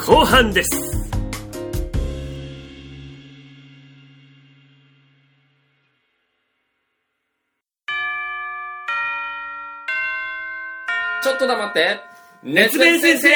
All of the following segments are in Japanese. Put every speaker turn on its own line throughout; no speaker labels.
後半です
ちょっと黙って
熱弁先生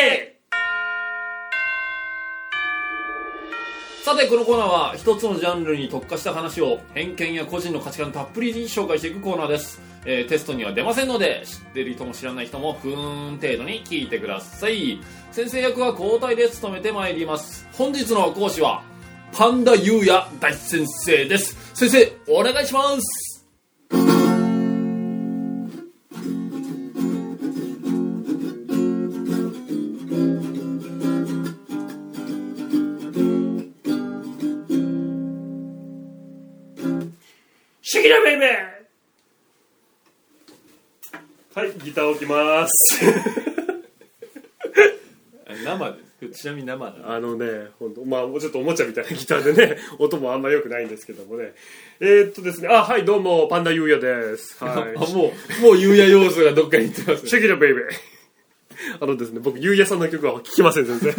さてこのコーナーは一つのジャンルに特化した話を偏見や個人の価値観たっぷりに紹介していくコーナーです、えーテストには出ませんので知ってる人も知らない人もふーん程度に聞いてください先生役は交代で務めてまいります本日の講師はパンダゆうや大先生です先生お願いします
シギラベイベーはいギター置きます
生ですちなみに生だ
あのね本当まあちょっとおもちゃみたいな ギターでね音もあんま良くないんですけどもねえー、っとですねあはいどうもパンダゆうやですは
あ
い
もう、もうゆうや要素がどっかに行ってますね。
シギラベイベーあのですね僕ゆうやさんの曲は聴きません全 然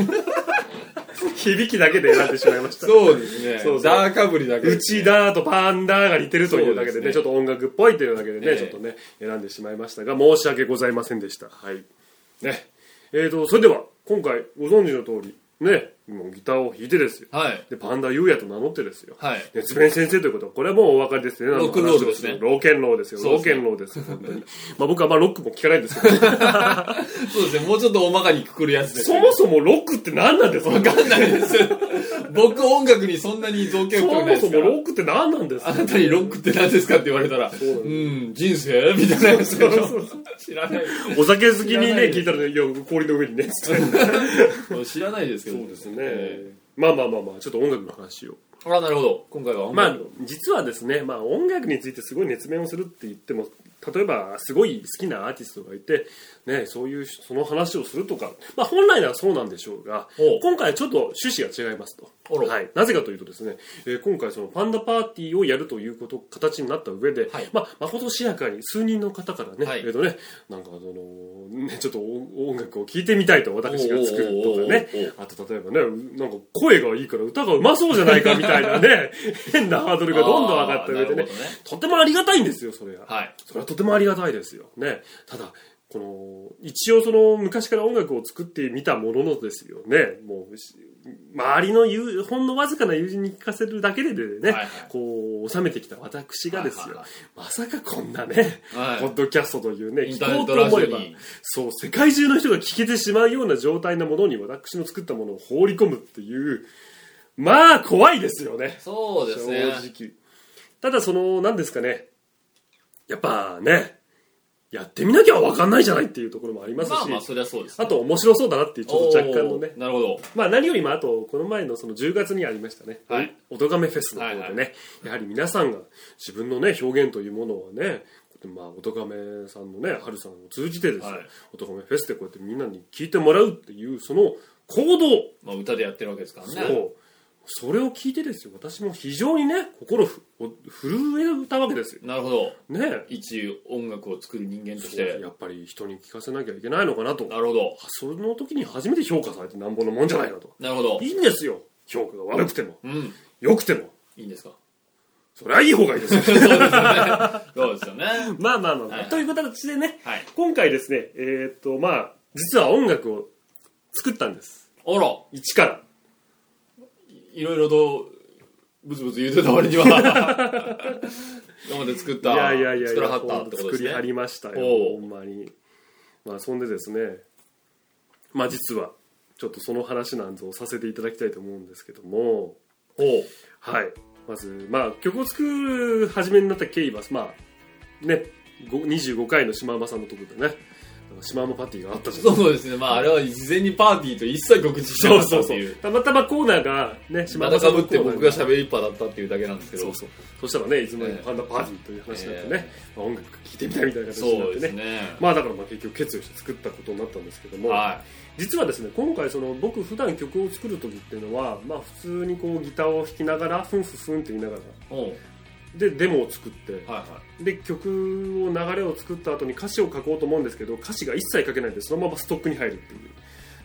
響きだけで選んでしまいました
そうですね。
そうそう
ダーカブリだけ、
うち。だーとパンダーが似てるというだけでね
そうですね
ちょっと音楽っぽいというだけでね、
ええ
ちょっとね選んでしまいましたが申し訳ございませんでしたはいねえー、とそれでは今回ご存知の通りねもうギターを弾いてですよ
はい。
でパンダユウヤと名乗ってですよ
はい。
熱弁先生ということはこれはもうお分かりですね
ロックンロールですね
ローケンローですよ
そう
ロー
ですね
ケンローですよ本当にまあ僕はまあロックも聞かないんです けど
そうですね。もうちょっと大まかにくくるやつです
そ。もそもロックって何なんですか
わかんないです。 僕音楽にそんなに造形を
そ
含めな
も
いで
そ
すか
もロ
ら。
ックって何なんですか
あなたにロックって何ですかって言われたら、
うなん
う
で
ん、人生みたいなやつでしょ
そうそ
知ら ない。
お酒好きに
知らな
ね
い
聞いたらねいや氷の上にねつって
もう知らないですけど。
そうですね、
え
まあまあまあまあちょっと音楽の話を
ーあ、なるほど。今回は音
ま
楽
あ実はですね、まあ、音楽についてすごい熱弁をするって言っても例えばすごい好きなアーティストがいて、ね、そういうその話をするとか、まあ、本来ならそうなんでしょうが
ほう
今回はちょっと趣旨が違いますと、
あら
はい、なぜかというとですね、えー今回そのパンダパーティーをやるということ形になった上で、
はい
まあ、誠しやかに数人の方からね,、
はい
えーとねなんかあの、ね、ちょっと音楽を聴いてみたいと私が作るとかね
おうおうおうおうおう
あと例えばねうなんか声がいいから歌がうまそうじゃないかみたいな ね変なハードルがどんどん上がった上で
あーなる
ね
ほどね
とてもありがたいんですよそれが、
はい。
それはとてもありがたいですよねただこの一応その昔から音楽を作ってみたもののですよねもうし周りの友ほんのわずかな友人に聞かせるだけでね、
はいはい
こう収めてきた私がですよ、
はいはい
まさかこんなね、
はい
ポッドキャストというね
イン
聞
ターネ
こ
ッ
う
ト
と
ラジ
思え
オ
ば
に。
そう世界中の人が聞けてしまうような状態なものに私の作ったものを放り込むっていうまあ怖いですよね
そうですね。
正直ただその何ですかねやっぱねやってみなきゃ分かんないじゃないっていうところもありますし、
まあまあ、
あ
そりゃそうです。
と面白そうだなっていうちょっと若干のね
おーなるほど。
まあ何よりもあとこの前のその10月にありましたね、
はい
おとがめフェスの方でね、
はいは
やはり皆さんが自分のね表現というものはねまあ、おとがめさんのね春さんを通じてですね、
はい
おとがめフェスでこうやってみんなに聞いてもらうっていうその行動、
まあ、歌でやってるわけですからね。
そうそれを聞いてですよ私も非常にね心ふ震えたわけですよ
なるほど。
ねえ
一音楽を作る人間と
そ
し
う
て。
やっぱり人に聞かせなきゃいけないのかなと
なるほど。
その時に初めて評価されてなんぼのもんじゃないかと
なるほど。
いいんですよ評価が悪くても
うん。
良くても
いいんですか
それはいい方がいいですよ
そうですよね。そうですよね。
まあまあまあまあ、
はい
という形でね
はい。
今回ですねえーっとまあ実は音楽を作ったんです
あら、
一から
いろいろと、ブツブツ言うてた割には、 今まで作った、
いやいやいやいや
作らはったってことで
作
す
りは
ね。
りましたよ
お
ほ
うん
まにまあそんでですねまあ実はちょっとその話なんぞをさせていただきたいと思うんですけども
ほう。
はいまずまあ曲を作る始めになった経緯はまあねご25回の島山さんのところでね島山パーティーがあったじゃない
そうですね。まあ、あれは事前にパーティーと一切告知してなかったっていう。
たまたまコーナーがね島
また
山
か
さん
ぶ
のコー
って
ナー
僕が喋りっぱだったっていうだけなんですけど。
そうそうそしたらねいつもよりパンダパーティーという話になってね、まあ、音楽聴いてみたいみたいな形になっ
そう
て
です
ね
ね。
まあだからまあ結局決意して作ったことになったんですけども、
は
実はですね今回その僕普段曲を作る時っていうのはまあ普通にこうギターを弾きながらフンフンフンって言いながら
い。ほう。
でデモを作って
はいは
で曲を流れを作った後に歌詞を書こうと思うんですけど歌詞が一切書けないんでそのままストックに入るっていう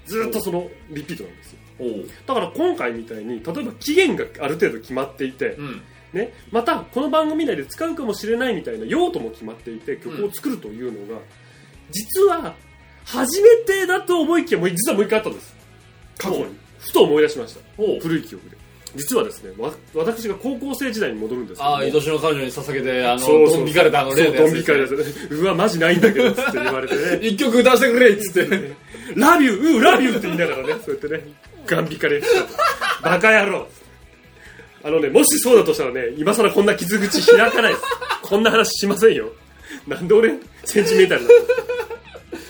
ずっとそのリピートなんですよ
おう
だから今回みたいに例えば期限がある程度決まっていて、
うん
ね、またこの番組内で使うかもしれないみたいな用途も決まっていて曲を作るというのが、実は初めてだと思いきやもう実はもう一回あったんです過去
お
にふと思い出しました
おう
古い記憶で実はですねわ私が高校生時代に戻るんですけども
ああ、愛しの彼女に捧げて、あの、
そうそう
ドン引かれたあの例
そ
の
う
やつ
ドン
で
引
す
か
ね
れたや つうわマジないんだけどつって言われてね
一曲出してくれっつって。
ラビュー、うん、ラビューって言いながらね、そうやってね、ガン引かれる。バカ野郎。あのね、もしそうだとしたらね、今更こんな傷口開かないです。こんな話しませんよ。なんで俺、センチメータルなの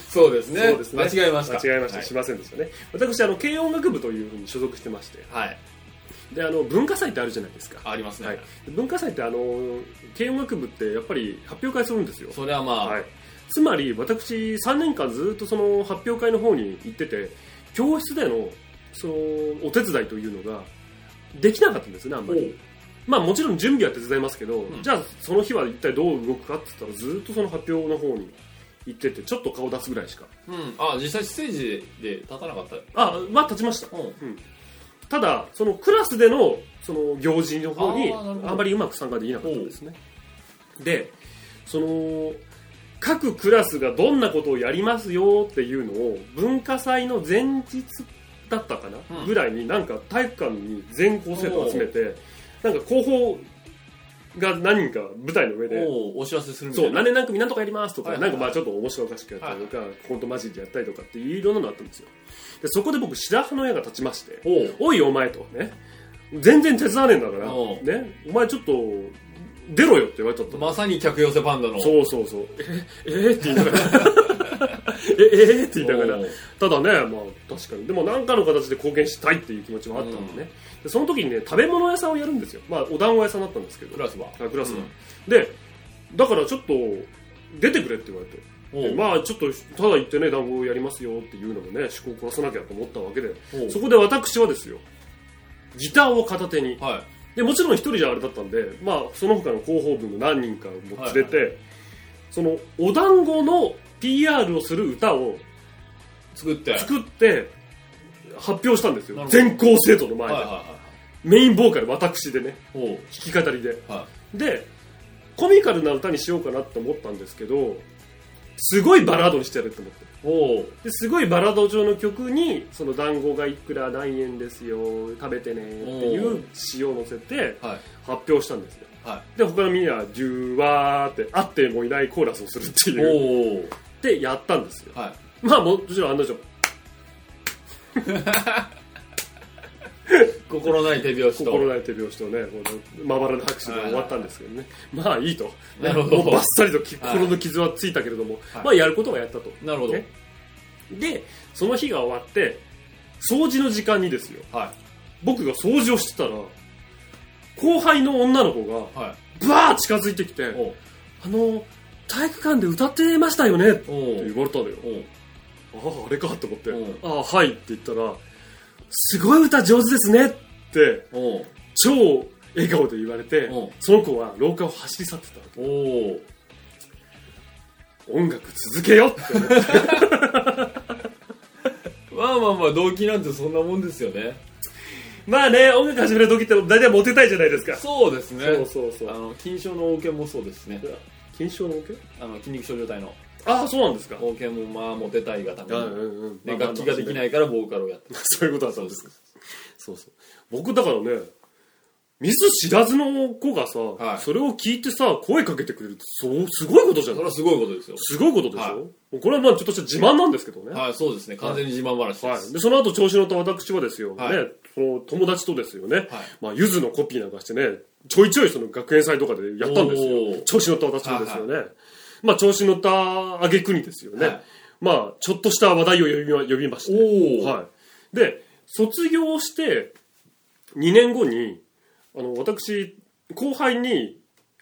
そうですね。
そうですね
間違えました。
間違えました。
はい
しませんでしたね。私、あの、軽音楽部というふうに所属してまして、
はい。
で、あの、文化祭ってあるじゃないですか。
ありますね。
はい。文化祭って、あの、軽音楽部ってやっぱり発表会するんですよ。
それはまあ、
はい、つまり私3年間ずっとその発表会の方に行ってて教室でのそのお手伝いというのができなかったんですねあんま
お
り、
う
まあ、もちろん準備は手伝いますけど、
ん
じゃあその日は一体どう動くかって言ったらずっとその発表の方に行っててちょっと顔出すぐらいしか
うん。あ、実際ステージで立たなかったよ。
あまあ立ちました
うん。
ただそのクラスでのその行事の方に
あーなるほど
あまりうまく参加できなかったんですねでその各クラスがどんなことをやりますよっていうのを文化祭の前日だったかな、
うん
ぐらいになんか体育館に全校生徒集めてなんか広報が何人か舞台の上で
おうお知らせするみたい
そう
な。
何年何組何とかやりますとか、
はいはいは
な
い
んかまあちょっと面白おかしくやったりとか、コントマジでやったりとかっていろんなのあったんですよでそこで僕白羽の矢が立ちまして
おう
おいお前とね全然手伝わねえんだから
おう
ねお前ちょっと出ろよって言われちゃったの
まさに客寄せパンダの。
そうそうそうええ えって言いながらええって言いながら
おう
ただねまあ確かにでも何かの形で貢献したいっていう気持ちもあったんでね、でその時にね食べ物屋さんをやるんですよまあお団子屋さんだったんですけど
クラスは。
あクラスの
うん
でだからちょっと出てくれって言われて
おう
まあちょっとただ言ってね団子をやりますよっていうのもね趣向を凝らさなきゃと思ったわけで
おう
そこで私はですよギターを片手に
はい。
でもちろん一人じゃあれだったんで、まあ、その他の広報部の何人かも連れて、そのお団子の PR をする歌を
作って。はい
作って発表したんです
な
よ
るほど
全校生徒の前
はい
で、
は
メインボーカル私でね
い。おう
弾き語りで
は
でコミカルな歌にしようかなって思ったんですけどすごいバラードにしてやると思って
い。おう
ですごいバラード調の曲にその団子がいくら何円ですよ食べてねっていう詩を載せて
はい。
発表したんですよ
は
で他のみんなは「ジュワー」ってあってもいないコーラスをするって
い。
いう
おう
でやったんですよ
はい。
まあもちろん案の定
心ない手拍子と。
心ない手拍子とねこのまばらな拍手で終わったんですけどねまあいいと
なるほど
もうバッサリとき心の傷はついたけれども、
はい
まあやることはやったと
なるほど。
ねでその日が終わって掃除の時間にですよ
は
僕が掃除をしてたら後輩の女の子が
い。はい。
バーッ近づいてきて
おう
「あの体育館で歌ってましたよね」って
お
言
う
われたのよ
おう
あああれかと思って
うん
「ああはい」って言ったら「すごい歌上手ですね」って
おう
超笑顔で言われて
うん
その子は廊下を走り去ってた
おお
音楽続けよって思って
まあまあまあ動機なんてそんなもんですよね
まあね音楽始める時って大体モテたいじゃないですか
そうですね
そうそうそ
あ
う
の金賞の王権もそうですね
金賞のオケ
あの筋肉症状態の
ああそうなんですか
王権もまあモテたいがため
う
に、
んうんうん
で楽器ができ
い
ないからボーカルをやって
そういうことだったんですそうそう僕だからね見ず知らずの子がさ、
はい
それを聞いてさ声かけてくれるってそうすごいことじゃ
そ
ない
れはすごいことですよ
すごいことでしょ、
はい
もうこれはまあちょっとした自慢なんですけどね、は
はいそうですね完全に自慢話です、
いでその後調子に乗った私はですよ、
はい
ね、その友達とですよね、
はい
まあ、ゆずのコピーなんかしてねちょいちょいその学園祭とかでやったんです
お
よ
ー
調子に乗った私もですよね、まあ、調子に乗った挙句にですよね、
はい
まあちょっとした話題を呼びま呼びましたね
おお、
はい、で卒業して2年後にあの私後輩に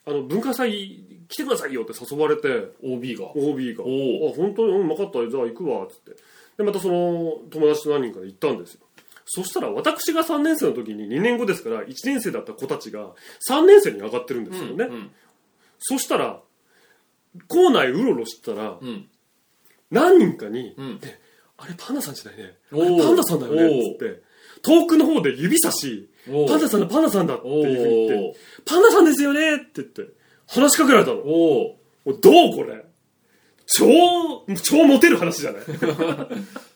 あの文化祭来てくださいよって誘われて
OB が
OB が「
お
あ本当にうん分かったじゃあ行くわ」っつってでまたその友達と何人かで行ったんですよそしたら私が3年生の時に2年後ですから1年生だった子たちが3年生に上がってるんですよね、
うん
そしたら校内うろうろしてたら
うん
何人かに
うん
あれパンダさんじゃないねあ
おー
れパンダさんだよねっつって遠くの方で指差し
お
パンダさんだパンダさんだって
お
いうふうに言って
ー
パンダさんですよねって言って話しかけられたのも
おー
うどうこれ超超モテる話じゃない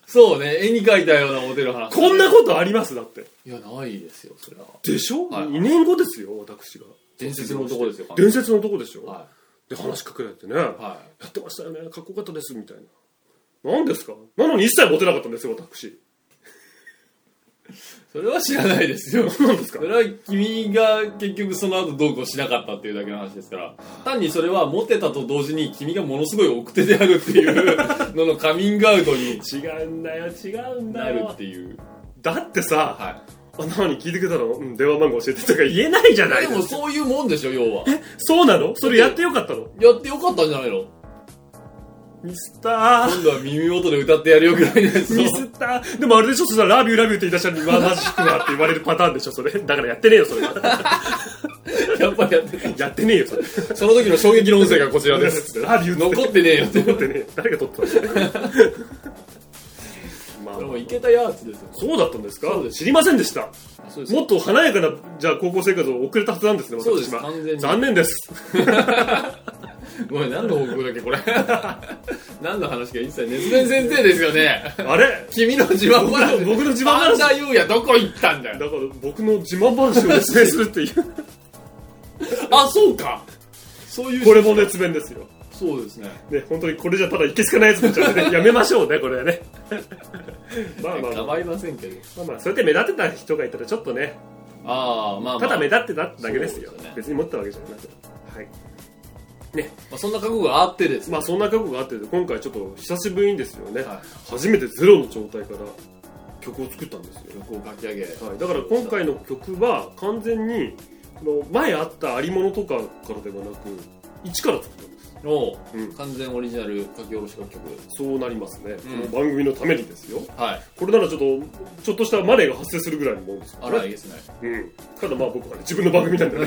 そうね絵に描いたようなモデル話
こんなことありますだって
いやないですよそれは
でしょ、
はい
?2 年後ですよ私が
伝説の男ですよ
伝説のとこでしょ、
は
で話しかけられてね、
いは
やってましたよねかっこよかったですみたいな何ですかなのに一切モテなかったんですよ私
いそれは知らないですよ
何ですか
それは君が結局その後どうこうしなかったっていうだけの話ですから単にそれはモテたと同時に君がものすごい奥手であるっていうののカミングアウトに
違うんだよ違うん
な
だ
るっ
よ
ていう
だってさ
は
あなのに聞いてくれたの、うん、電話番号教えてとか言えないじゃない
いでもそういうもんでしょ要は
えそうなのそれやってよかったの
やってよかったんじゃないの
ミスター
今度は耳元で歌ってやるよぐらいのや つを
ミスターでもあれでしょそしたらラビューラビューって言い出したのにマジックなって言われるパターンでしょそれだからやってねえよそれは
やっぱりやって
やってねえよそれ
たその時の衝撃の音声がこちらです
ラビューって
残ってねえよって
残ってねえ誰が撮ったの まあ
でもいけたやつですよ
そうだったんですか
そうです
知りませんでした
そうです
もっと華やかなじゃあ高校生活を送れたはずなんですね
そうです
私は
完全に
残念です
ごめん何の報告だっけこれ 何の話か一切熱弁先生ですよね
あれ
君の自慢話
僕の自慢
パン
話だか
ダ優也どこ行ったんだよ
ら僕の自慢話を熱弁するっていう
あそうかそういう
これも熱弁ですよ
そうですね
ね本当にこれじゃただいけつかないやつになっち ゃうんでねやめましょうねこれはねまあまあまあ
構いませんけど
まあまあそうやって目立ってた人がいたらちょっとね
ああまあま
た
あ、
だ
ま
目立ってたってだけですよ
そうですね
別に持ったわけじゃないなとはい
あ、そんな覚悟があってですね、
まあそんな過去があって今回ちょっと久しぶりにですよね、
は
初めてゼロの状態から曲を作ったんですよ
い、曲を書き上げ
はい、だから今回の曲は完全にあの前あったありものとかからではなく一から作ったんです
の、
うん
完全オリジナル書き下ろし楽曲
そうなりますね、
うん
この番組のためにですよ
はい
これならちょっとちょっとしたマネーが発生するぐらいのもんですか
あ
ら
ら
ね、
いいですね
うん、ただまあ僕はね自分の番組なんでね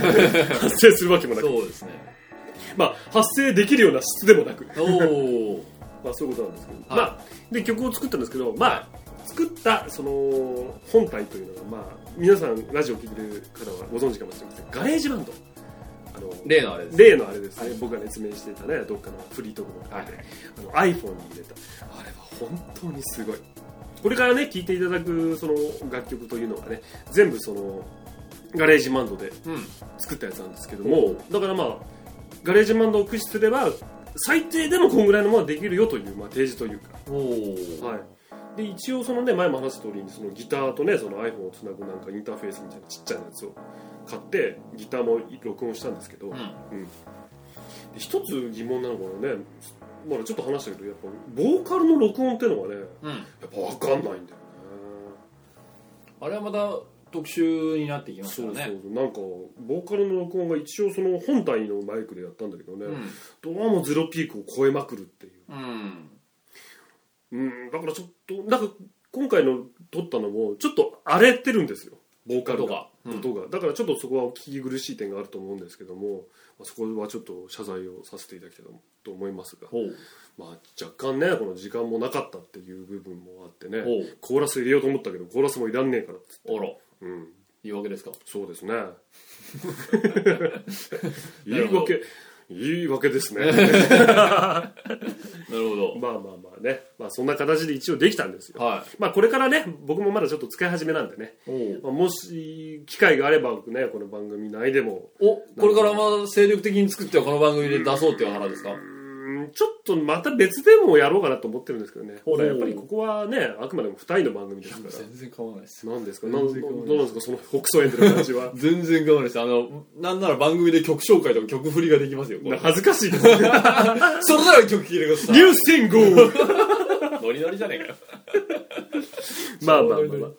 発生するわけもなく、
そうですね
まあ、発生できるような質でもなく、
お お
まあ、そういうことなんですけど、
は
ま
い
あ、で曲を作ったんですけどまあ作ったその本体というのが、まあ、皆さんラジオ聴いてる方はご存知かもしれませんガレージバンドあの
例のあれです
例のあれですね、僕が熱明してたねどっかのフリートークの中で、あの iPhone に入れたあれは本当にすごいこれからね聴いていただくその楽曲というのはね全部そのガレージバンドで
うん
作ったやつなんですけどもだからまあガレージバンドを駆使すれば最低でもこんぐらいのものはできるよという、まあ、提示というか、
おお、
はい、で一応そのね前も話した通りにそのギターとねその iPhone をつなぐなんかインターフェースみたいなちっちゃいやつを買ってギターも録音したんですけど、
うん、
で一つ疑問なのかなねまだちょっと話したけどやっぱボーカルの録音ってのがね
うん、
やっぱ分かんないんだよね
あれはまた特集になってきます
そ
か
う
らね
そうそうなんかボーカルの録音が一応その本体のマイクでやったんだけどね、どうもゼロピークを超えまくるっていう
うん、うん、
うんだからちょっとなんか今回の撮ったのもちょっと荒れてるんですよボーカル
と
が
か、うん、
音がだからちょっとそこはお聞き苦しい点があると思うんですけどもまあそこはちょっと謝罪をさせていただきたいと思いますが、
ほう
まあ、若干ねこの時間もなかったっていう部分もあってね
ほ
コーラス入れようと思ったけどコーラスもいらんねえからっつって
うあら
うん
言い訳ですか
そうです ね 言い訳言い訳ですね
なるほど
まあまあまあね、まあ、そんな形で一応できたんですよ、
は
まあ、これからね僕もまだちょっと使い始めなんでね、
いおう
まあもし機会があればねこの番組内でも
お、これからまあ精力的に作ってはこの番組で出そうっていう腹ですか
うーんちょっとまた別でもやろうかなと思ってるんですけどねほら
おー
やっぱりここはねあくまでも2人の番組ですから
然構わないです。
何ですか
全
なん
然
ど
変わんないう
なんですかその北総エンドの話 は
全然構わないです。あの、なんなら番組で曲紹介とか曲振りができますよ。こ
な
れ
恥ずかしいですね
それなら曲聴いてください。
入選号
ノリノリじゃねえかよ。
まあまあまあまあ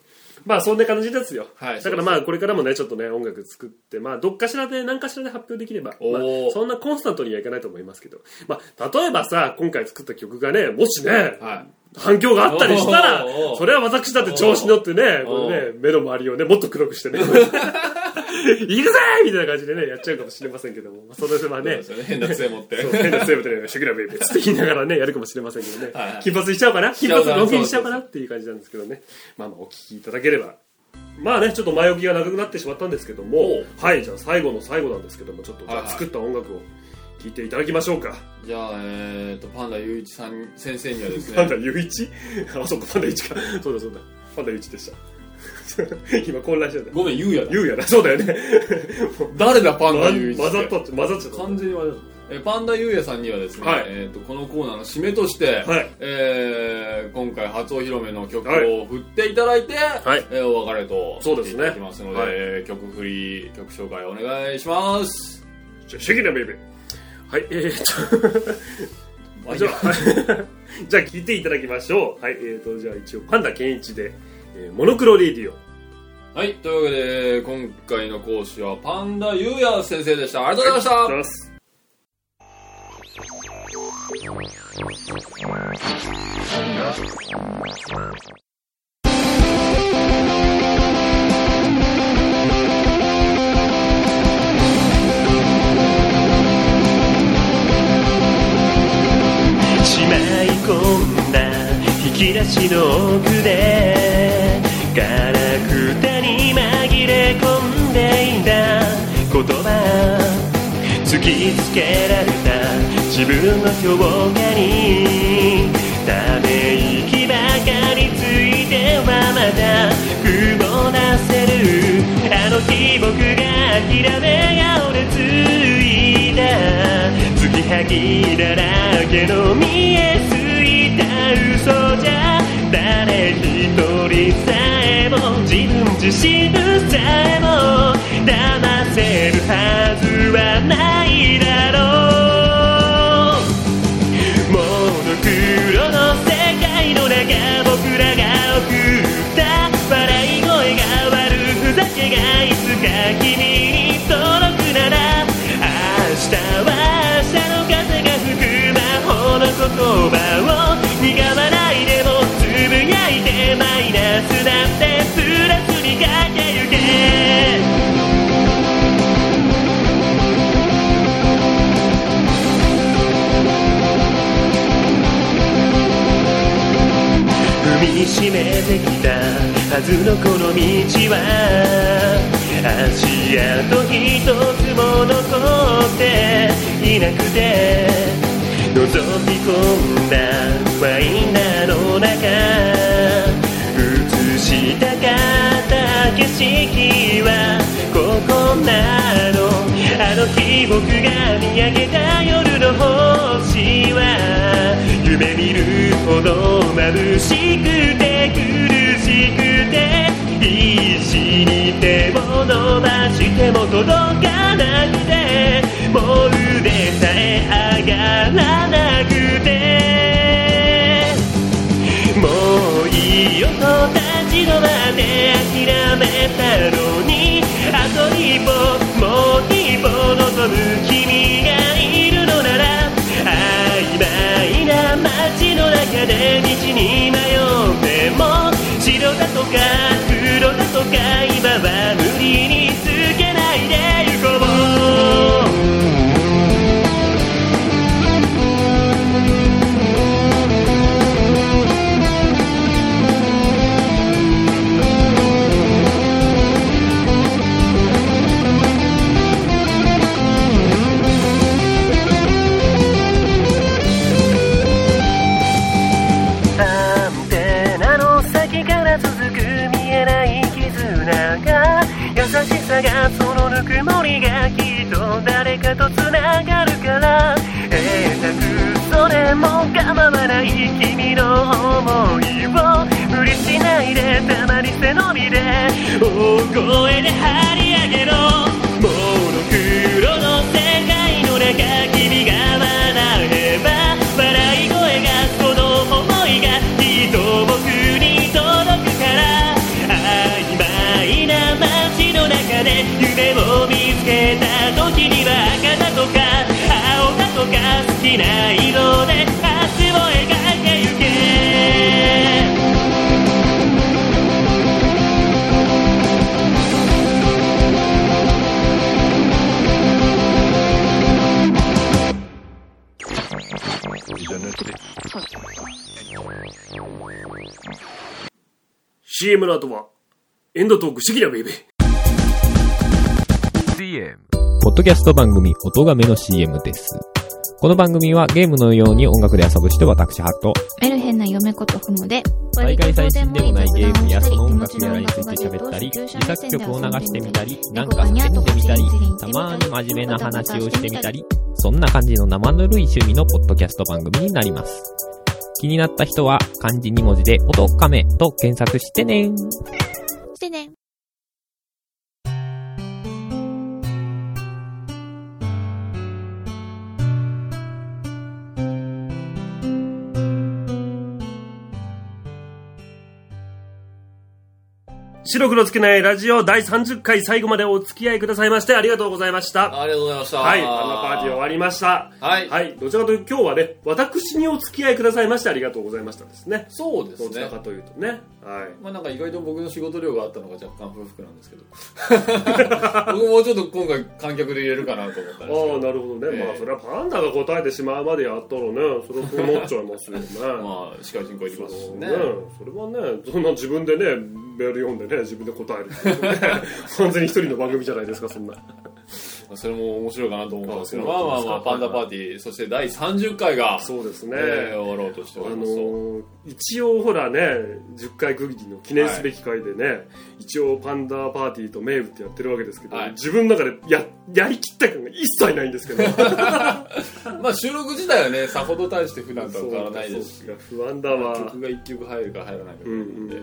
まあそんな感じですよ
はい
だからまあこれからもねちょっとね音楽作ってまあどっかしらで何かしらで発表できれば、
おー
まあ、そんなコンスタントにはいかないと思いますけど、まあ、例えばさ今回作った曲がねもしね
は
反響があったりしたら
おーおーおー
それは私だって調子乗ってね
おー
これね目の周りをねもっと黒くしてね行くぜみたいな感じでね、やっちゃうかもしれませんけども、まあそれは
そう
ね
で、すよね変な癖持って
そう変なセーブでね、シュグラベイベーつって言いながらね、やるかもしれませんけどね
はいはい、
金髪にしちゃうかな、金髪
そうそう
ロン毛にしちゃうかなっていう感じなんですけどね、まあまあお聞きいただければ。まあね、ちょっと前置きが長くなってしまったんですけど
お
も
う、
はい、じゃあ最後の最後なんですけども、ちょっとじゃ
はい
あ
はい
作った音楽を聴いていただきましょうか。
じゃあえっとパンダ雄一さん先生にはです
パン
ね
ダユイチあ、そっか、パンダユイチか。そうだそうだ。パンダユイチでした。 今混乱しちゃった。
ごめん雄也だ
ユウやな、そうだよね。
誰だパンダ雄
混
一
ざったって、混ざっちゃった。
完全に悪いえーパンダゆうやさんにはですね、
はい
えー、とこのコーナーの締めとして、
はい
えー今回初お披露目の曲
はい
を振っていただいて、
い
えーお別れと
そう
さ
で
せ
す
て
ね
いただきますので
はい
えー曲振り曲紹介お願いします
じゃあシェキナベイベー。はい、えーっと。
あい
じゃ
や
あ、 じゃあ聞いていただきましょう。はい、えーと、じゃあ一応、パンダケンイチで、えーモノクロレディオ。
はいというわけでえー今回の講師はパンダゆうや先生でしたありがとう
あ
ございました、
りがとうございます。
しまい込んだ引き出しの奥でガラクタに紛れ込んでいた言葉突きつけられた自分の評価にため息ばかりついてはまた雲なせるあの日僕が諦め顔でついた月はぎだらけの見えすぎた嘘じゃ誰一人さえも自分自身さえも騙せるはずはないだろうモノクロの世界の中僕らが送った笑い声が悪ふざけがいつか君に届くなら明日は明日の風が吹く魔法の言葉を苦笑いでもつぶやいてマイナスなんてプラスに駆けゆけ踏みしめてきたはずのこの道は足跡一つも残っていなくて覗き込んだワインナーの中映したかった景色はここなのあの日僕が見上げた夜の星は夢見るほど眩しくて苦しくて必死に手を伸ばしても届かなくてもう腕さえ上がらなくてもういいよと立ち止まって諦めたのにあと一歩もう一歩望む君がいるのなら曖昧な街の中で道に迷っても白だとか黒だとか今は無理につけないで行こうアンテナの先から続く見えない絆が優しさがそのぬくもりがきっと誰かとつながるからえたくそれも構わない君の思いを無理しないでたまに背伸びで大声で張り上げろモノクロの世界の中君が笑えば笑い声がその想いがきっと僕に届くから曖昧な街の中で夢を見つけた時には赤だとか青だとか好きな色で明日を描けゆけ「
CM の後は、エンドトークしてきな、ベイベー。
ポッドキャスト番組、音がめの CM です。この番組はゲームのように音楽で遊ぶして私、ハット。
メルヘンな嫁ことふもで、
毎回最新でもないゲームやその音楽やらについて喋ったり、自作曲を流してみたり、なんか叫んでみたり、たまーに真面目な話をしてみたり、そんな感じの生ぬるい趣味のポッドキャスト番組になります。気になった人は漢字2文字で音亀と検索してね
してね。
白黒つけないラジオ第30回最後までお付き合いくださいましてありがとうございました。
ありがとうございました。
はい、あのパーティー終わりました。
はい
はい、どちらかというと今日はね、私にお付き合いくださいましてありがとうございましたですね。
そうです
どちら
ね
か。というとね。はい。
まあなんか意外と僕の仕事量があったのが若干不服なんです けど。僕もうちょっと今回観客で入れるかなと思ったんですけ
ああ、
ど。
なるほどね。
ええ
まあ、それはパンダが答えてしまうまでやったらね、それはそう思っちゃいますよね。
まあ、司会進行いき
そ
ま
う
すし
ね
ね。、
それはねそんな自分でねメール読んでね自分で答えるっていうね 完全に一人の番組じゃないですかそんな
まあそれも面白いかなと思うんですけど。
あ
まあ
そうなんです
まあま
か
あ、パンダパーティー、そして第30回が、
そうですね、
えー終わろうとしてお
あ
り
の
ます。
ー一応ほらね10回区切りの記念すべき回でね、一応パンダパーティーと銘打ってやってるわけですけど、
はい
自分の中でややりきった感が一切ないんですけ どそう
まあ収録自体はね、さほど大して普段とは変わらないですし、
そうか不安だわ
曲が1曲入るか入らないか
うんう
なん
ん
で、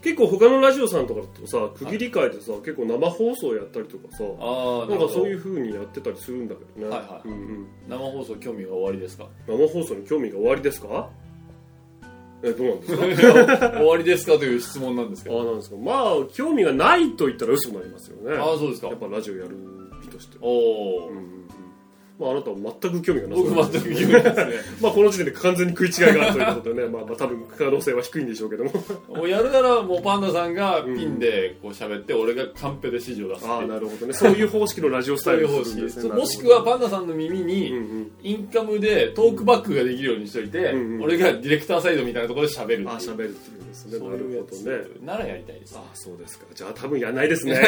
結構他のラジオさんとかだとさ区切り会でさ結構生放送やったりとかさ
ああ、
なんかそういう
う
風にやってたりするんだけどね、
はいはい
うんうん
生放送興味が終わ りですか
生放送に興味が終わりですかえどうなんです か
終わりですかという質問なんですけ
あ
ど。
あなんですかまあ興味がないと言ったら嘘になりますよね
ああ、そうですか
やっ。ぱラジオやる身としては
おお
うん、うんうんまああなたは全く興味がなさ
僕全く興味ないですね。
まあこの時点で完全に食い違いがあるということ でねまあまあ多分可能性は低いんでしょうけども
もうやるならもうパンダさんがピンでこう喋って、俺がカンペで指示を出すって
ああ
いう。
なるほどね そういう方式のラジオス
そ
タ
う
イ
いう
ル
方
にするん
式で
ですすね
もしくはパンダさんの耳
うんう
に
ん
インカムでトークバックができるようにしといて、
うんうん
俺がディレクターサイドみたいなところで喋るっていう
ああ喋るっていうんですね
そう
な
いうや
るほ
つ
どね
ならやりたいです
ああそうですかじゃあ多分やらない ですね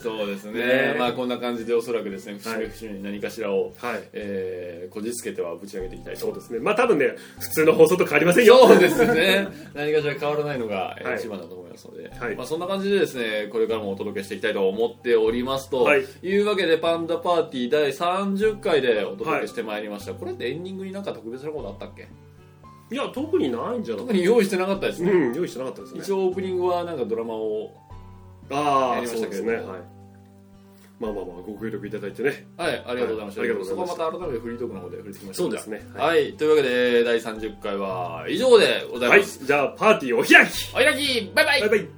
そうですね
ね
まあこんな感じでおそらくですね節
はい
目節目に何かしらを、
はい
えーこじつけてはぶち上げていきたいと
そうですねまあ多分ね普通の放送と変わりませんよ
そうですね何かしら変わらないのが、えー
はい
一番だと思いますので、
はい
まあ、そんな感じでですねこれからもお届けしていきたいと思っておりますと、
はい
い、うわけでパンダパーティー第30回でお届けしてまいりました、これってエンディングになんか特別なことあったっけ
いや特にないんじゃない
特に用意してなかったですね、
うん用意してなかったですね
一応オープニングはなんかドラマを
あ
や
あ
りま
そ
し
うで
たけ
す
ど
ねはいまあまあまあご協力いただいてね
はいありがとうございました、
はいありがとうございました
そこはまた改めてフリートークの方で振りつきましょ
そうう
か
ですね
はい、というわけで第30回は以上でござ
はいい
ます、
じゃあパーティーお開き
お開きバイバイ
バイバイ